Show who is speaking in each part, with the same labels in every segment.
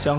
Speaker 1: 享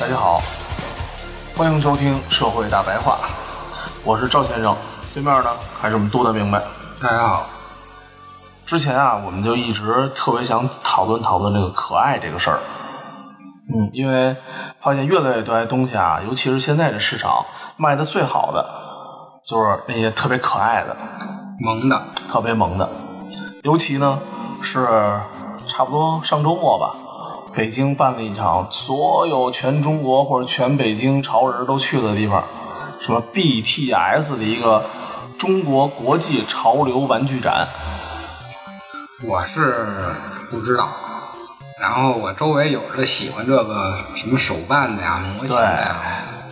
Speaker 1: 大家好，欢迎收听《社会大白话》，我是赵先生，对面呢还是我们度的明白。
Speaker 2: 大家好，
Speaker 1: 之前啊，我们就一直特别想讨论讨论这个可爱这个事儿。嗯，因为发现越来越多的东西啊，尤其是现在这市场卖的最好的，就是那些特别可爱的、
Speaker 2: 萌的，
Speaker 1: 特别萌的。尤其呢，是差不多上周末吧，北京办了一场所有全中国或者全北京潮人都去的地方，什么 BTS 的一个中国国际潮流玩具展。
Speaker 2: 我是不知道。然后我周围有的喜欢这个什么手办的呀、模型的呀，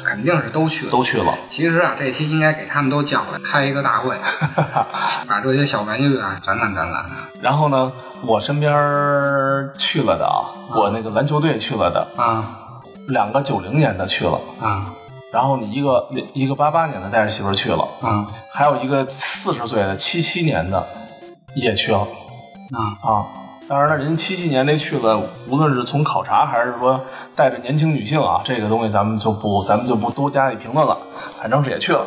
Speaker 2: 肯定是都去了
Speaker 1: 都去了，
Speaker 2: 其实啊，这期应该给他们都叫来，开一个大会，把这些小玩具啊展览展览啊。
Speaker 1: 然后呢，我身边儿去了的啊，我那个篮球队去了的，
Speaker 2: 啊
Speaker 1: 两个九零年的去了，
Speaker 2: 啊
Speaker 1: 然后你一个一个八八年的带着媳妇儿去了，
Speaker 2: 啊
Speaker 1: 还有一个四十岁的七七年的也去了
Speaker 2: 啊！
Speaker 1: 啊。当然了，人七七年那去了，无论是从考察还是说带着年轻女性啊，这个东西咱们就不咱们就不多加以评论了，反正是也去了。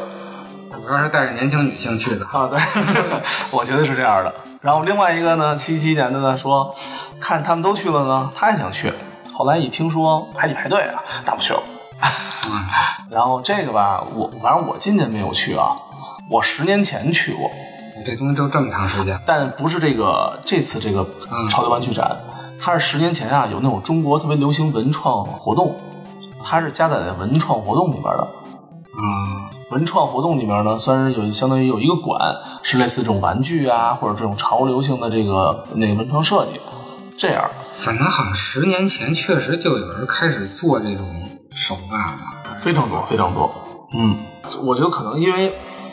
Speaker 2: 主要是带着年轻女性去的。
Speaker 1: 啊，对， 我觉得是这样的。然后另外一个呢，七七年的呢说，看他们都去了呢，他也想去。后来一听说还得排队啊，那不去了。 然后这个吧，我反正我今年没有去啊，我十年前去过，
Speaker 2: 这东西就这么长时间，
Speaker 1: 但不是这个这次这个
Speaker 2: 嗯
Speaker 1: 潮流玩具展，它是十年前啊有那种中国特别流行文创活动，它是加载在文创活动里边的。
Speaker 2: 嗯
Speaker 1: 文创活动里面呢，算是有相当于有一个馆是类似这种玩具啊，或者这种潮流性的这个那个文创设计，这样
Speaker 2: 反正好像十年前确实就有人开始做这种手办了。
Speaker 1: 非常多非常多。嗯，我觉得可能因为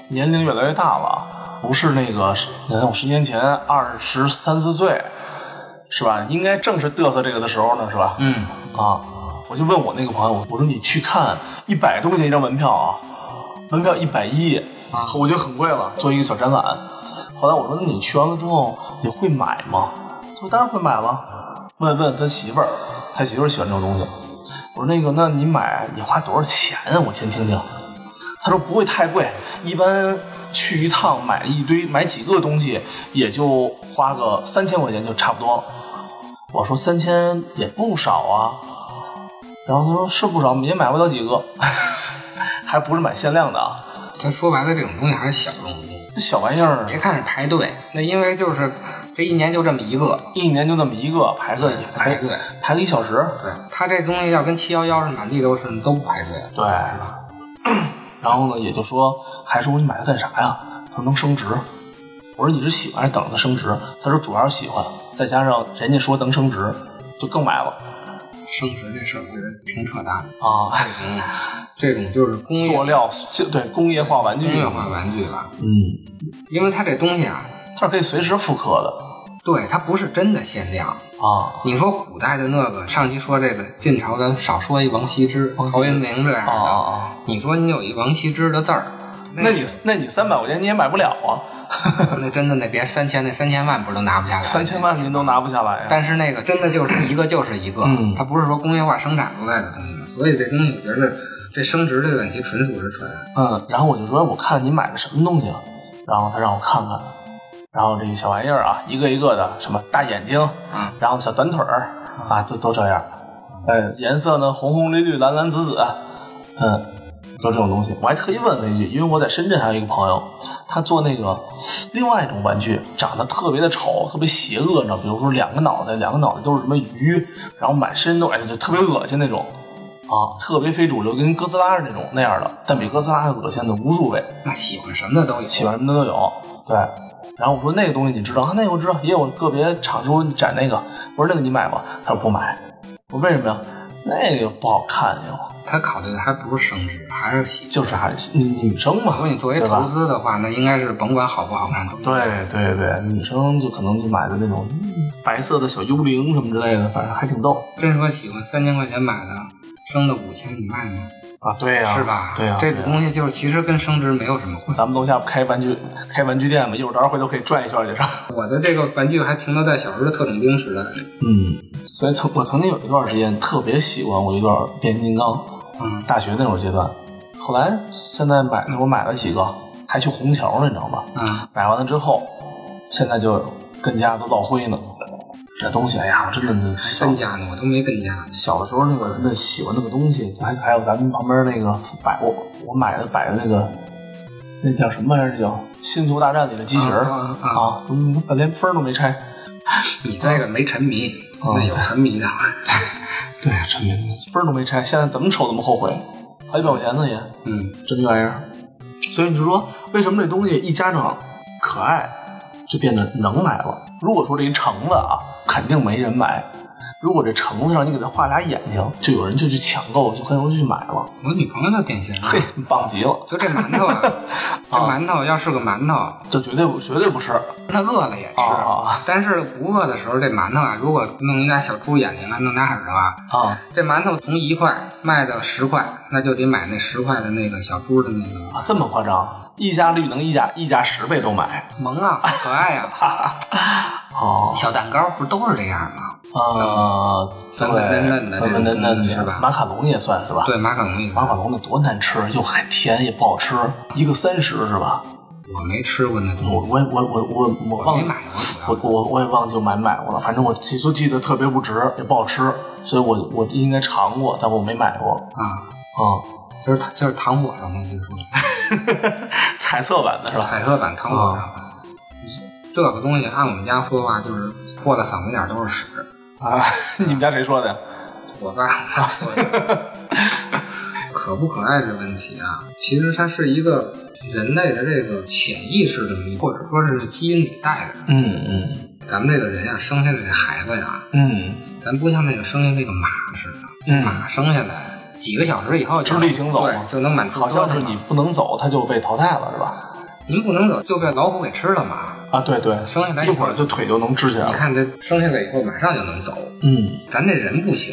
Speaker 1: 年龄越来越大了，不是那个像我十年前二十三四岁，是吧？应该正是嘚瑟这个的时候呢，是吧？
Speaker 2: 嗯，
Speaker 1: 啊，我就问我那个朋友，我说你去看一百多块钱一张门票啊，门票一百一，
Speaker 2: 啊
Speaker 1: 我觉得很贵了，做一个小展览。后来我说，那你去完了之后，你会买吗？他说当然会买了。问问他媳妇儿，他媳妇儿喜欢这种东西。我说那个，那你买你花多少钱啊？我先听听。他说不会太贵，一般去一趟买一堆买几个东西，也就花个三千块钱就差不多了。我说三千也不少啊，然后他说是不少，也买不了几个， 还不是买限量的啊，
Speaker 2: 咱说白了，这种东西还是小众的东西。
Speaker 1: 这小玩意儿
Speaker 2: 别看是排队，那因为就是这一年就这么一个，
Speaker 1: 一年就那么一个，排个也排
Speaker 2: 排队
Speaker 1: 排个一小时，
Speaker 2: 对，他这东西要跟七幺幺是满地都是，你都不排队。
Speaker 1: 对。然后呢，也就说，还说你买它干啥呀？他说能升值。我说你是喜欢还是等着它升值？他说主要是喜欢，再加上人家说能升值，就更买了
Speaker 2: 升值这事儿我觉得挺扯淡的，
Speaker 1: 啊。
Speaker 2: 这种这种就是工业
Speaker 1: 塑料就对工业化玩具
Speaker 2: 工，业化玩具吧，
Speaker 1: 嗯，
Speaker 2: 因为它这东西啊，
Speaker 1: 它是可以随时复刻的
Speaker 2: 对它不是真的限量。
Speaker 1: 啊。
Speaker 2: 你说古代的那个，上期说这个晋朝，咱少说一王羲之、陶渊明这样
Speaker 1: 啊啊
Speaker 2: 的，
Speaker 1: 啊！
Speaker 2: 你说你有一王羲之的字儿，
Speaker 1: 那你那你三百块钱你也买不了啊，
Speaker 2: 那真的那别三千，那三千万不是都拿不下来？
Speaker 1: 三千。万您都拿不下来呀、
Speaker 2: 但是那个真的就是一个就是一个，
Speaker 1: 嗯
Speaker 2: 它不是说工业化生产出来的东西，所以这东西我觉得这升值这问题纯属是扯淡。
Speaker 1: 嗯，然后我就说我看你买的什么东西啊，然后他让我看看，然后这个小玩意儿啊，一个一个的，什么大眼睛，
Speaker 2: 啊
Speaker 1: 然后小短腿儿啊，就都这样。呃，颜色呢，红红绿绿，蓝蓝紫紫，嗯，都这种东西。我还特意问了一句，因为我在深圳还有一个朋友，他做那个另外一种玩具，长得特别的丑，特别邪恶，你知道，比如说两个脑袋，两个脑袋都是什么鱼，然后满身都哎，就特别恶心那种。啊，特别非主流，跟哥斯拉是那种那样的，但比哥斯拉要恶心的无数倍，
Speaker 2: 那喜欢什么的都有，
Speaker 1: 喜欢什么的都有。对，然后我说那个东西你知道啊？那个我知道，也有个别厂说你展那个，我说那个你买吗？他说不买。我说为什么呀？那个不好看哟，
Speaker 2: 他考虑的还不是升值，还是喜欢。
Speaker 1: 就是还女女生
Speaker 2: 我
Speaker 1: 嘛
Speaker 2: 说，你作为
Speaker 1: 对吧
Speaker 2: 投资的话，那应该是甭管好不好看都
Speaker 1: 对对对，女生就可能就买的那种嗯白色的小幽灵什么之类的，反正还挺逗
Speaker 2: 真说喜欢三千块钱买的，升到五千你卖吗？
Speaker 1: 啊。对呀、
Speaker 2: 是吧？
Speaker 1: 对呀、
Speaker 2: 这
Speaker 1: 对啊
Speaker 2: 个
Speaker 1: 呀
Speaker 2: 东西就是其实跟升值没有什么关系。
Speaker 1: 咱们楼下不开玩具开玩具店嘛，一会儿到时候回头可以转一圈去。是吧
Speaker 2: 我的这个玩具还停留在小时候的特种兵时代。
Speaker 1: 嗯，所以曾我曾经有一段时间特别喜欢我一段变形金刚，
Speaker 2: 嗯，
Speaker 1: 大学那会儿阶段，后来现在买我买了几个，还去虹桥呢，你知道吗？
Speaker 2: 啊，
Speaker 1: 买完了之后，现在就跟家都落灰呢。这东西，哎呀，我真的小
Speaker 2: 跟家呢，我都没跟家呢。
Speaker 1: 小的时候那个那喜欢那个东西，还还有咱们旁边那个摆我我买的摆的那个那叫什么玩意儿？那叫《星球大战》里的机器人儿
Speaker 2: 啊啊啊
Speaker 1: 啊，嗯我连分儿都没拆。
Speaker 2: 你这个没沉迷，
Speaker 1: 哦
Speaker 2: 那有沉迷的。
Speaker 1: 对，真没分儿都没拆，现在怎么瞅怎么后悔，好几百块钱呢也，
Speaker 2: 嗯，
Speaker 1: 这么玩意儿。所以你就说，为什么这东西一家长可爱，就变得能买了？如果说这一橙子啊，肯定没人买。如果这橙子上你给它画俩眼睛，就有人就去抢购，就很容易去买了。
Speaker 2: 我女朋友就典型的。
Speaker 1: 嘿，棒极了，
Speaker 2: 啊就这馒头 啊，这馒头要是个馒头，
Speaker 1: 就绝对不绝对不吃。
Speaker 2: 那饿了也吃。
Speaker 1: 啊
Speaker 2: 但是不饿的时候，这馒头啊，如果弄俩小猪眼睛啊，弄俩耳朵啊，
Speaker 1: 啊
Speaker 2: 这馒头从一块卖到十块，那就得买那十块的那个小猪的那个
Speaker 1: 啊，这么夸张？一加绿能一加一加十倍都买
Speaker 2: 萌 啊，可爱啊，
Speaker 1: 哦
Speaker 2: 小蛋糕不都是这样吗？
Speaker 1: 啊，对，
Speaker 2: 粉粉嫩嫩的
Speaker 1: 粉粉嫩嫩的
Speaker 2: 是吧
Speaker 1: 马卡龙也算是吧？
Speaker 2: 对，马卡龙也
Speaker 1: 马卡龙那多难吃，又还甜，也不好吃，一个三十是吧？
Speaker 2: 我没吃过那
Speaker 1: 我
Speaker 2: 东西，
Speaker 1: 我我我我我
Speaker 2: 嗯我没
Speaker 1: 忘
Speaker 2: 买过，主要
Speaker 1: 我我我也忘记我买没买过了，反正我记就记得特别不值，也不好吃，所以我我应该尝过，但我没买过。
Speaker 2: 啊，
Speaker 1: 嗯，
Speaker 2: 就是糖就是糖果上嘛，就是说
Speaker 1: 彩色版的是吧？啊
Speaker 2: 彩色版糖果上。这个东西按我们家说话就是破了嗓子眼儿都是屎，
Speaker 1: 啊， 你们家谁说的呀？
Speaker 2: 我爸他说的。可不可爱这问题啊，其实它是一个人类的这个潜意识的迷，或者说是基因里带的。
Speaker 1: 嗯嗯
Speaker 2: 咱们这个人呀、生下来这孩子呀、
Speaker 1: 嗯，
Speaker 2: 咱不像那个生下那个马似的，
Speaker 1: 嗯
Speaker 2: 马生下来几个小时以后就
Speaker 1: 直立行走嘛
Speaker 2: 对，就能满足
Speaker 1: 好像是
Speaker 2: 折腾
Speaker 1: 你不能走，它就被淘汰了是吧？
Speaker 2: 您不能走，就被老虎给吃了嘛。
Speaker 1: 啊，对对，
Speaker 2: 生下来以
Speaker 1: 一
Speaker 2: 后
Speaker 1: 会儿就腿就能支起来
Speaker 2: 你
Speaker 1: 了。
Speaker 2: 看这生下来以后马上就能走，
Speaker 1: 嗯，
Speaker 2: 咱这人不行，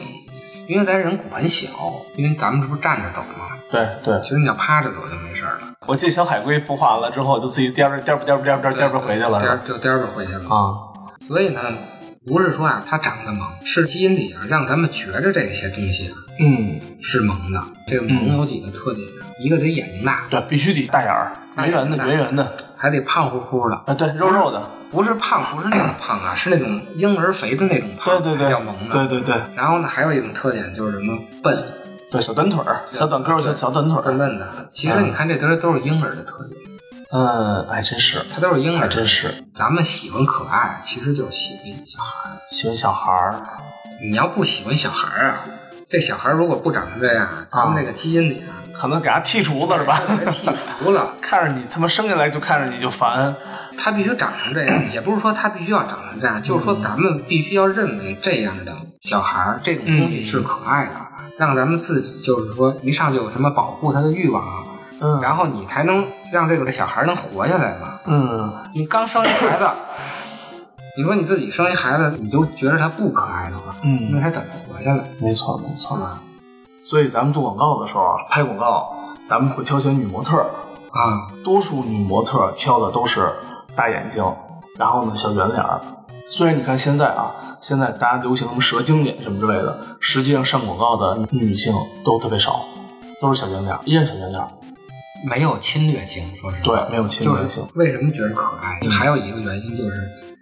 Speaker 2: 因为咱人骨盆小，因为咱们这不是站着走嘛，
Speaker 1: 对对
Speaker 2: 其，实你要趴着走就没事儿了，
Speaker 1: 我记得小海龟孵化了之后，就自己颠儿颠儿颠儿颠儿颠儿颠儿回去了是
Speaker 2: 颠儿
Speaker 1: 吧？
Speaker 2: 就颠儿着回去了。
Speaker 1: 啊，
Speaker 2: 所以呢，不是说啊它长得萌，是基因里啊让咱们觉着这些东西啊
Speaker 1: 嗯。
Speaker 2: 是萌的。这个萌有几个特点，一个得眼睛大，
Speaker 1: 对，必须得大眼儿，圆圆的，圆圆的，
Speaker 2: 还得胖乎乎的，
Speaker 1: 啊，对，肉肉的，
Speaker 2: 不是胖，不是那种胖啊，是那种婴儿肥的那种
Speaker 1: 对
Speaker 2: 胖，
Speaker 1: 对
Speaker 2: 比
Speaker 1: 对
Speaker 2: 较萌，的。
Speaker 1: 对对对
Speaker 2: 然后呢，还有一种特点就是什么笨，
Speaker 1: 对，小短腿儿，小短胳膊，小小短腿
Speaker 2: 笨
Speaker 1: 儿，
Speaker 2: 笨的。啊其实你看，这都是都是婴儿的特点，
Speaker 1: 嗯，还真是，
Speaker 2: 它都是婴
Speaker 1: 还
Speaker 2: 儿。
Speaker 1: 真是，
Speaker 2: 咱们喜欢可爱，其实就是喜欢小孩儿。
Speaker 1: 喜欢小孩儿，
Speaker 2: 你要不喜欢小孩儿啊，这小孩儿如果不长成这样，咱们这个基因里啊，
Speaker 1: 可能给他剔除了是吧？
Speaker 2: 给剔除了。
Speaker 1: 看着你他妈生下来就看着你就烦，
Speaker 2: 他必须长成这样，也不是说他必须要长成这样，就是说咱们必须要认为这样的小孩儿这种东西是可爱的，
Speaker 1: 嗯
Speaker 2: 啊让咱们自己就是说一上就有什么保护他的欲望，啊
Speaker 1: 嗯
Speaker 2: 然后你才能让这个小孩儿能活下来嘛。
Speaker 1: 嗯，
Speaker 2: 你刚生一孩子，你说你自己生一孩子，你就觉得他不可爱的话，
Speaker 1: 嗯
Speaker 2: 那他怎么活下来？
Speaker 1: 没错没
Speaker 2: 是
Speaker 1: 错。
Speaker 2: 吧？
Speaker 1: 所以咱们做广告的时候啊，拍广告，咱们会挑选女模特儿，
Speaker 2: 啊，
Speaker 1: 多数女模特儿挑的都是大眼睛，然后呢小圆脸儿。虽然你看现在啊，现在大家流行什么蛇精脸什么之类的，实际上上广告的女性都特别少，都是小圆脸儿，依然小圆脸儿。
Speaker 2: 没有侵略性，说实话，
Speaker 1: 对，没有侵
Speaker 2: 就是
Speaker 1: 略性。嗯
Speaker 2: 为什么觉得可爱？就还有一个原因就是，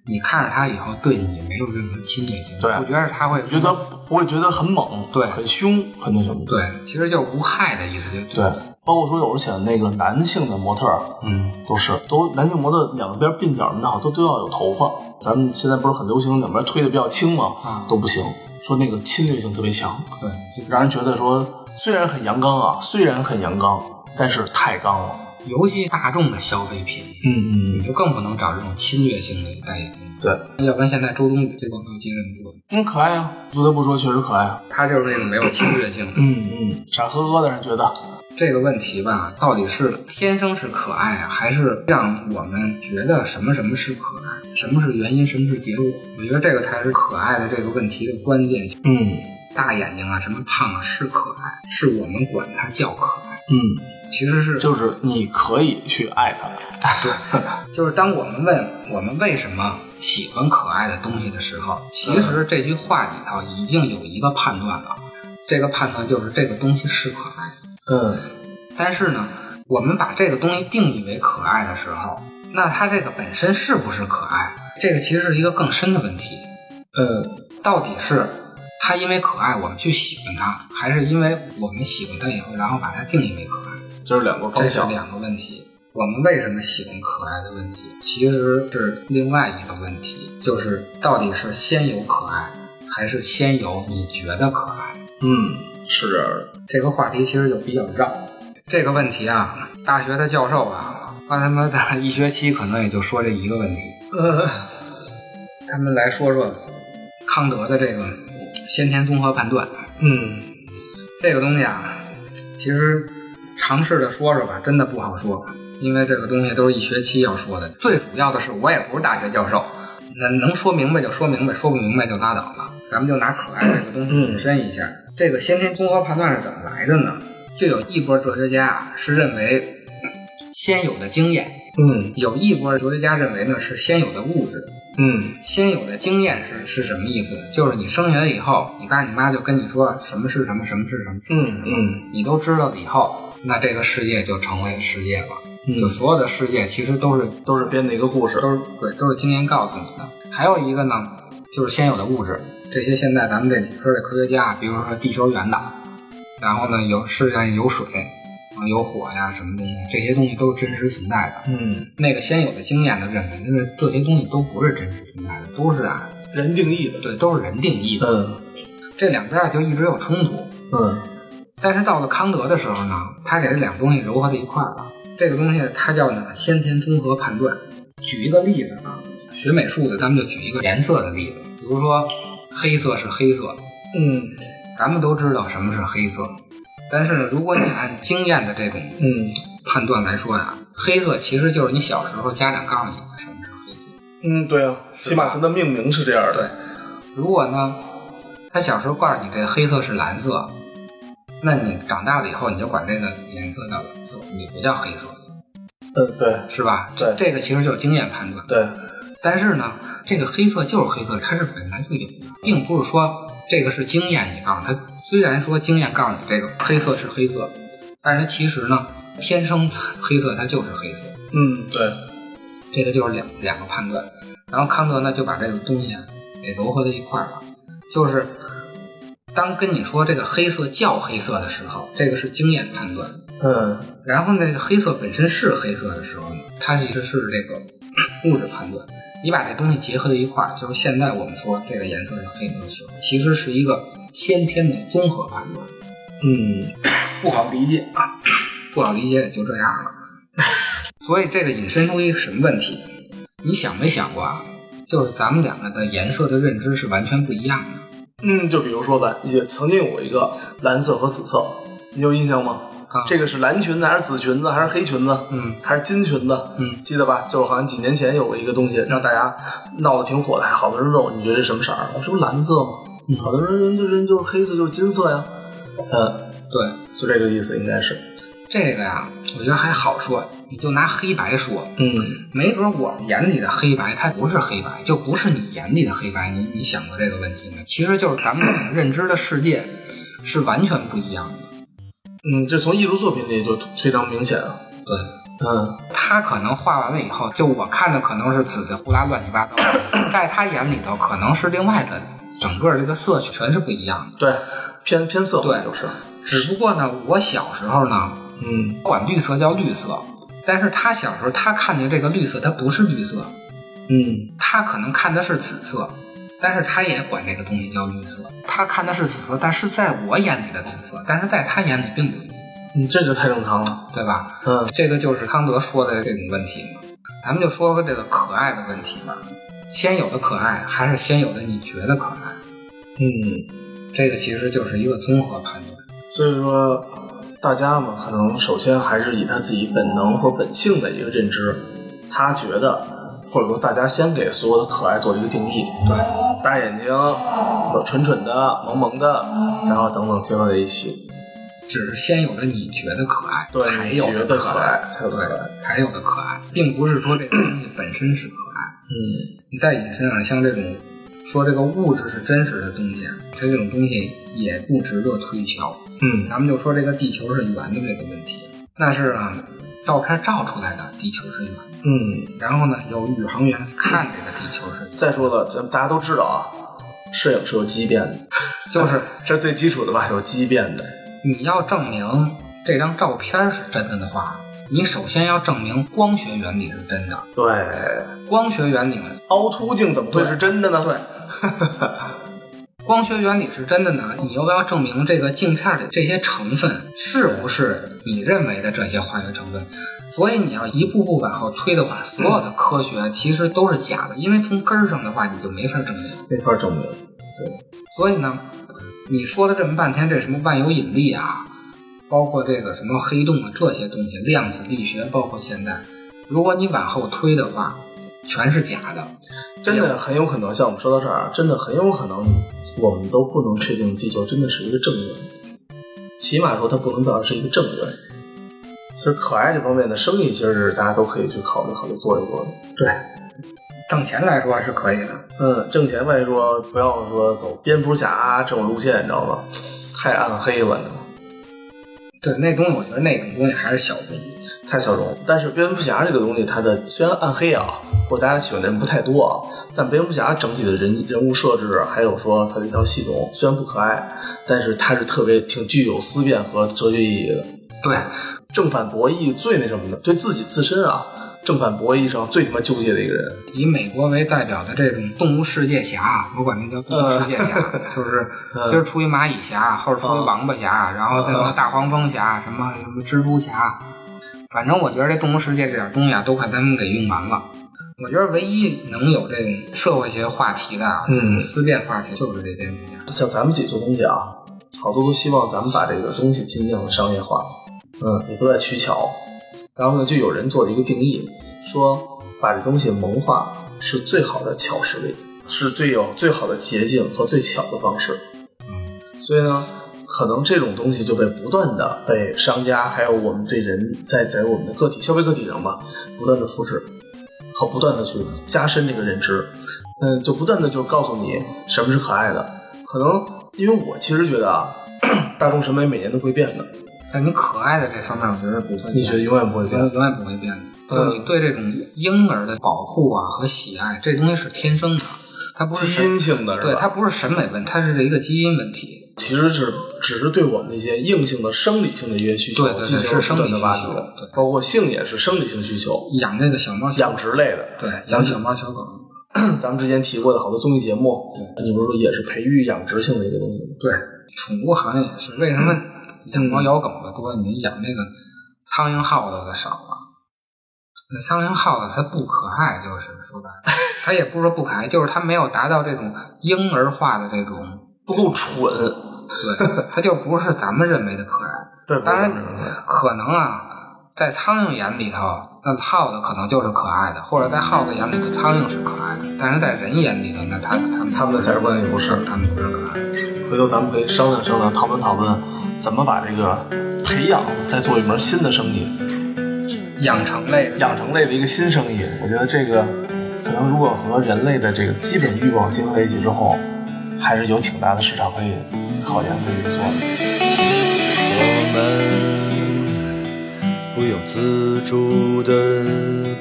Speaker 2: 你看着它以后对你没有任何侵略性，
Speaker 1: 对啊
Speaker 2: 不觉得它会
Speaker 1: 我觉得不会觉得很猛，
Speaker 2: 对
Speaker 1: 很凶，很那什么。
Speaker 2: 对，其实就是无害的意思，就
Speaker 1: 对，包括说有时候选那个男性的模特儿，
Speaker 2: 嗯，
Speaker 1: 都是都男性模特两边鬓角什么的好都都要有头发。咱们现在不是很流行两边推的比较轻吗？
Speaker 2: 啊
Speaker 1: 都不行，说那个侵略性特别强。
Speaker 2: 对，
Speaker 1: 让人觉得说虽然很阳刚啊，虽然很阳刚，但是太刚了。
Speaker 2: 尤其大众的消费品，
Speaker 1: 嗯
Speaker 2: 你就更不能找这种侵略性的代言人，
Speaker 1: 对，
Speaker 2: 要不然现在周冬雨这广告接这么多，
Speaker 1: 嗯，可爱啊，不得不说确实可爱啊。
Speaker 2: 他就是那种没有侵略性的。
Speaker 1: 嗯嗯，傻呵呵的人觉得，
Speaker 2: 这个问题吧，到底是天生是可爱啊，还是让我们觉得什么什么是可爱，什么是原因，什么是结果？我觉得这个才是可爱的这个问题的关键。
Speaker 1: 嗯
Speaker 2: 大眼睛啊，什么胖啊是可爱，是我们管它叫可爱，
Speaker 1: 嗯，
Speaker 2: 其实是
Speaker 1: 就是你可以去爱他，
Speaker 2: 就是当我们问我们为什么喜欢可爱的东西的时候，其实这句话里头已经有一个判断了，这个判断就是这个东西是可爱的。
Speaker 1: 嗯
Speaker 2: 但是呢，我们把这个东西定义为可爱的时候，那它这个本身是不是可爱，这个其实是一个更深的问题，
Speaker 1: 嗯
Speaker 2: 到底是。它因为可爱，我们去喜欢它，还是因为我们喜欢它以后，然后把它定义为可爱？
Speaker 1: 这是两个
Speaker 2: 这
Speaker 1: 方
Speaker 2: 是
Speaker 1: 向。
Speaker 2: 两个问题。我们为什么喜欢可爱的问题，其实是另外一个问题，就是到底是先有可爱，还是先有你觉得可爱？
Speaker 1: 嗯，是这样的。
Speaker 2: 这个话题其实就比较绕。这个问题啊，大学的教授啊，花他妈的一学期可能也就说这一个问题。
Speaker 1: 嗯
Speaker 2: 他们来说说康德的这个先天综合判断，
Speaker 1: 嗯
Speaker 2: 这个东西啊，其实尝试着说说吧，真的不好说，因为这个东西都是一学期要说的。最主要的是，我也不是大学教授，那能说明白就说明白，说不明白就拉倒了。咱们就拿可爱这个东西引申一下，
Speaker 1: 嗯
Speaker 2: 这个先天综合判断是怎么来的呢？就有一波哲学家啊，是认为先有的经验；
Speaker 1: 嗯
Speaker 2: 有一波哲学家认为呢是先有的物质。
Speaker 1: 嗯
Speaker 2: 先有的经验是是什么意思？就是你生下来以后，你爸你妈就跟你说什么是什么，什么是什么，什么是什么，
Speaker 1: 嗯
Speaker 2: 你都知道了以后，那这个世界就成为世界了。
Speaker 1: 嗯
Speaker 2: 就所有的世界其实都是
Speaker 1: 都是编的一个故事。
Speaker 2: 都是对，都是经验告诉你的。还有一个呢，就是先有的物质，这些现在咱们这理科的科学家，比如说地球圆的，然后呢有世界上有水啊，有火呀什么东西，这些东西都是真实存在的。
Speaker 1: 嗯，
Speaker 2: 那个先有的经验的认为，就是这些东西都不是真实存在的，都是啊
Speaker 1: 人定义的。
Speaker 2: 对，都是人定义的，
Speaker 1: 嗯
Speaker 2: 这两边儿就一直有冲突。
Speaker 1: 嗯
Speaker 2: 但是到了康德的时候呢，他给这两个东西糅合在一块儿了。这个东西它叫呢先天综合判断。举一个例子啊，学美术的咱们就举一个颜色的例子，比如说黑色是黑色，
Speaker 1: 嗯
Speaker 2: 咱们都知道什么是黑色。但是呢，如果你按经验的这种
Speaker 1: 嗯
Speaker 2: 判断来说呀，黑色其实就是你小时候家长告诉你的什么是黑色。
Speaker 1: 嗯，对啊，起码它的命名是这样的。
Speaker 2: 对，如果呢，他小时候告诉你这黑色是蓝色，那你长大了以后你就管这个颜色叫蓝色，你不叫黑色，
Speaker 1: 嗯，对
Speaker 2: 是吧？这
Speaker 1: 对
Speaker 2: 这个其实就是经验判断。
Speaker 1: 对，
Speaker 2: 但是呢，这个黑色就是黑色，它是本来就有的，并不是说这个是经验你告诉他。虽然说经验告诉你这个黑色是黑色，但是它其实呢，天生黑色它就是黑色。
Speaker 1: 嗯对，
Speaker 2: 这个就是两两个判断。然后康德呢就把这个东西啊给糅合在一块儿了，就是当跟你说这个黑色叫黑色的时候，这个是经验判断；
Speaker 1: 嗯
Speaker 2: 然后呢，这个黑色本身是黑色的时候呢，它其实是这个 物质判断。你把这东西结合在一块儿，就是现在我们说这个颜色是黑色的时候，其实是一个先天的综合判断，
Speaker 1: 嗯
Speaker 2: 不好理解 啊，不好理解也就这样了。 所以这个引申出一个什么问题？你想没想过啊？就是咱们两个的颜色的认知是完全不一样的
Speaker 1: 嗯，就比如说吧，也曾经有一个蓝色和紫色，你有印象吗？
Speaker 2: 啊。
Speaker 1: 这个是蓝裙子还是紫裙子还是黑裙子？
Speaker 2: 嗯
Speaker 1: 还是金裙子，
Speaker 2: 嗯
Speaker 1: 记得吧？就是好像几年前有过一个东西，让大家闹得挺火的，还好多人问我，你觉得这什么色儿？我说蓝色嘛，
Speaker 2: 嗯
Speaker 1: 好多人就人就是黑色，就是金色呀，嗯，
Speaker 2: 对
Speaker 1: 就这个意思应该是，
Speaker 2: 这个呀，我觉得还好说，你就拿黑白说，
Speaker 1: 嗯
Speaker 2: 没准我眼里的黑白它不是黑白，就不是你眼里的黑白。你你想过这个问题吗？其实就是咱们两个认知的世界是完全不一样的。
Speaker 1: 嗯，这从艺术作品里就非常明显啊，
Speaker 2: 对，
Speaker 1: 嗯
Speaker 2: 他可能画完了以后，就我看的可能是紫的呼啦乱七八糟的，在他眼里头可能是另外的，整个这个色系全是不一样的。
Speaker 1: 对，偏偏色
Speaker 2: 对
Speaker 1: 就是，
Speaker 2: 只不过呢，我小时候呢，
Speaker 1: 嗯
Speaker 2: 管绿色叫绿色，但是他小时候他看见这个绿色，它不是绿色，
Speaker 1: 嗯
Speaker 2: 他可能看的是紫色，但是他也管这个东西叫绿色，他看的是紫色，但是在我眼里的紫色，但是在他眼里并不是紫色，
Speaker 1: 你嗯这个太正常了。
Speaker 2: 对吧？
Speaker 1: 嗯
Speaker 2: 这个就是康德说的这种问题嘛。咱们就说说这个可爱的问题吧。先有的可爱，还是先有的你觉得可爱？
Speaker 1: 嗯，
Speaker 2: 这个其实就是一个综合判断。
Speaker 1: 所以说呃大家嘛，可能首先还是以他自己本能或者本性的一个认知，他觉得或者说大家先给所有的可爱做一个定义，
Speaker 2: 对，
Speaker 1: 大眼睛，蠢蠢的、萌萌的，
Speaker 2: 嗯
Speaker 1: 然后等等结合在一起，
Speaker 2: 只是先有的你觉得可爱，才
Speaker 1: 对，你
Speaker 2: 有
Speaker 1: 觉
Speaker 2: 的
Speaker 1: 得可
Speaker 2: 爱，
Speaker 1: 爱才有的可爱。
Speaker 2: 对，才有的可爱，并不是说这东西本身是可爱。
Speaker 1: 嗯，
Speaker 2: 你在你身上，像这种说这个物质是真实的东西，它这种东西也不值得推敲。
Speaker 1: 嗯，
Speaker 2: 咱们就说这个地球是圆的这个问题，那是啊，照片照出来的地球是圆的，
Speaker 1: 嗯，
Speaker 2: 然后呢，有宇航员看这个地球是圆的，
Speaker 1: 再说了，咱们大家都知道啊，摄影是有畸变的，
Speaker 2: 就是
Speaker 1: 这是最基础的吧，有畸变的。
Speaker 2: 你要证明这张照片是真的的话，你首先要证明光学原理是真的。
Speaker 1: 对，
Speaker 2: 光学原理，
Speaker 1: 凹凸镜怎么会是真的呢？
Speaker 2: 对，光学原理是真的呢，你又要证明这个镜片里这些成分是不是你认为的这些化学成分。所以你要一步步往后推的话，所有的科学其实都是假的，因为从根儿上的话你就没法证明。
Speaker 1: 没法证明。
Speaker 2: 所以呢，你说了这么半天，这什么万有引力啊，包括这个什么黑洞啊，这些东西，量子力学，包括现在，如果你往后推的话，全是假的。
Speaker 1: 真的很有可能，像我们说到这儿，啊真的很有可能，我们都不能确定地球真的是一个正圆，起码说它不能表示是一个正圆。其实可爱这方面的生意，其实大家都可以去考虑考虑，做一做。
Speaker 2: 对，挣钱来说是可以的，
Speaker 1: 嗯，挣钱外说不要说走蝙蝠侠啊这种路线，你知道吗？太暗黑了，
Speaker 2: 对，那东西我觉得那种东西还是小众。
Speaker 1: 太小众。但是蝙蝠侠这个东西，它的虽然暗黑啊，或者大家喜欢的人不太多啊，但蝙蝠侠整体的人人物设置，还有说它的一套系统，虽然不可爱，但是它是特别挺具有思辨和哲学意义的。
Speaker 2: 对，
Speaker 1: 正反博弈最那什么的，对自己自身啊，正反博弈上最他妈纠结的一个人。
Speaker 2: 以美国为代表的这种动物世界侠，我管那叫动物世界侠，
Speaker 1: 呃
Speaker 2: 就是
Speaker 1: 嗯
Speaker 2: 今儿出一蚂蚁侠，后儿出一王八侠，然后再有个大黄蜂侠，什么什么蜘蛛侠，反正我觉得这动物世界这点东西啊，都快咱们给用完了。我觉得唯一能有这种社会学话题的啊，
Speaker 1: 嗯
Speaker 2: 这种思辨话题，就是这蝙蝠侠。
Speaker 1: 像咱们自己做东西啊，好多都希望咱们把这个东西尽量的商业化，嗯，也都在取巧。然后呢，就有人做了一个定义，说把这东西萌化是最好的巧实力，是最有最好的捷径和最巧的方式。所以呢，可能这种东西就被不断的被商家还有我们对人在在我们的个体消费个体上吧，不断的复制和不断的去加深这个认知。嗯，就不断的就告诉你什么是可爱的。可能因为我其实觉得啊， 大众审美每年都会变的，
Speaker 2: 但你可爱的这方面，我觉得不会变。
Speaker 1: 你觉得永远不会
Speaker 2: 我觉得
Speaker 1: 变？
Speaker 2: 永远不会变的。
Speaker 1: 嗯
Speaker 2: 就是你对这种婴儿的保护啊和喜爱，这东西是天生的，它不是
Speaker 1: 基
Speaker 2: 神
Speaker 1: 因性的是吧？
Speaker 2: 对，它不是审美问题，它是一个基因问题。
Speaker 1: 其实是只是对我们那些硬性的生理性的一些需求
Speaker 2: 对对对
Speaker 1: 进行了
Speaker 2: 是
Speaker 1: 不断的挖
Speaker 2: 生理需求
Speaker 1: 掘
Speaker 2: 对，
Speaker 1: 包括性也是生理性需求，
Speaker 2: 养这个小猫小
Speaker 1: 养殖类的。
Speaker 2: 对，
Speaker 1: 咱
Speaker 2: 养
Speaker 1: 们
Speaker 2: 小猫小狗，
Speaker 1: 咱们之前提过的好多综艺节目，你不是说也是培育养殖性的一个东西吗？
Speaker 2: 对，宠物行业也是。为什么养
Speaker 1: 嗯
Speaker 2: 猫养狗的多，你养那个苍蝇耗子的少啊？那苍蝇耗子它不可爱，就是说白了，它也不是说不可爱，就是它没有达到这种婴儿化的这种，
Speaker 1: 不够蠢，
Speaker 2: 对，它就不是咱们认为的可爱。
Speaker 1: 对，不
Speaker 2: 当
Speaker 1: 是咱
Speaker 2: 然
Speaker 1: 们认为的
Speaker 2: 可能啊，在苍蝇眼里头，那耗子可能就是可爱的，或者在耗子眼里头，苍蝇是可爱的，但是在人眼里头，那他们他们
Speaker 1: 他们才是关键不是。
Speaker 2: 他们不是可爱的。
Speaker 1: 回头咱们可以商量商量，讨论讨论，怎么把这个培养再做一门新的生意，
Speaker 2: 养成类的，
Speaker 1: 养成类的一个新生意。我觉得这个可能如果和人类的这个基本欲望结合在一起之后，还是有挺大的市场可以考验可以做的。
Speaker 3: 我们不由自主地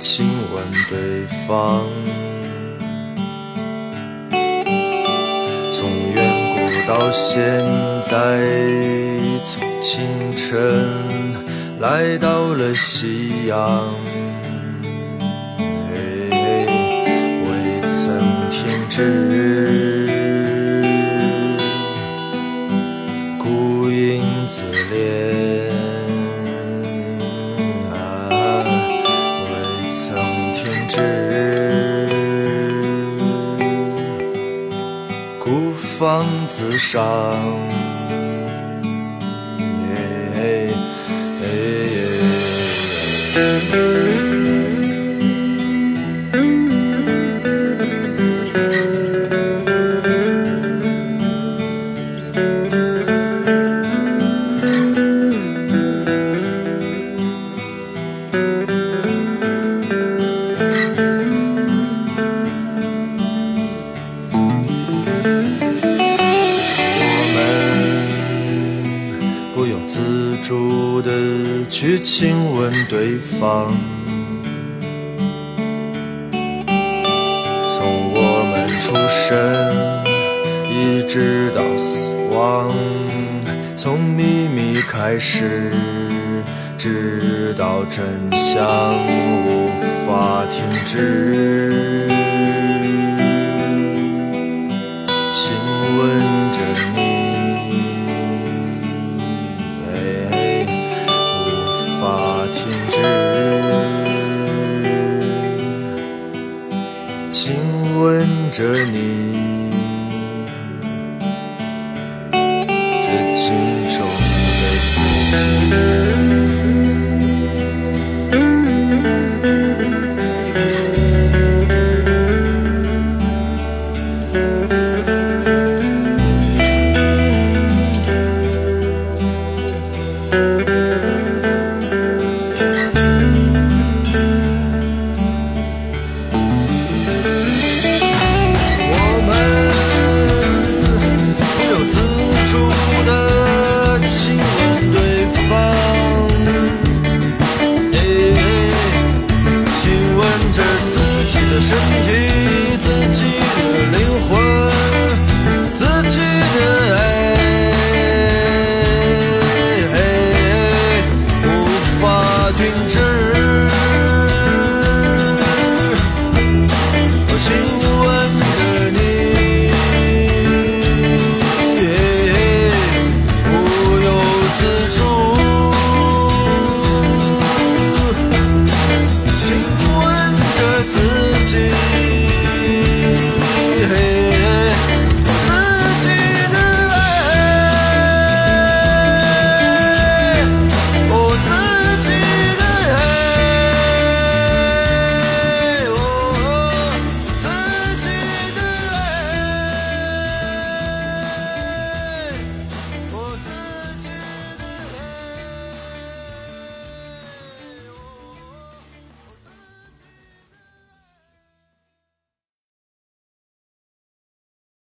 Speaker 3: 亲吻对方，从远古到现在，从清晨来到了夕阳。嘿嘿未曾停止。啊自伤。哎哎哎哎我们不由自主的去亲吻对方。从我们出生一直到死亡，从秘密开始，直到真相无法停止。亲吻着你，哎，无法停止。亲吻着你，这镜中的自己。我们不由自主的亲吻对哎方，亲吻着自己的身体。哦哦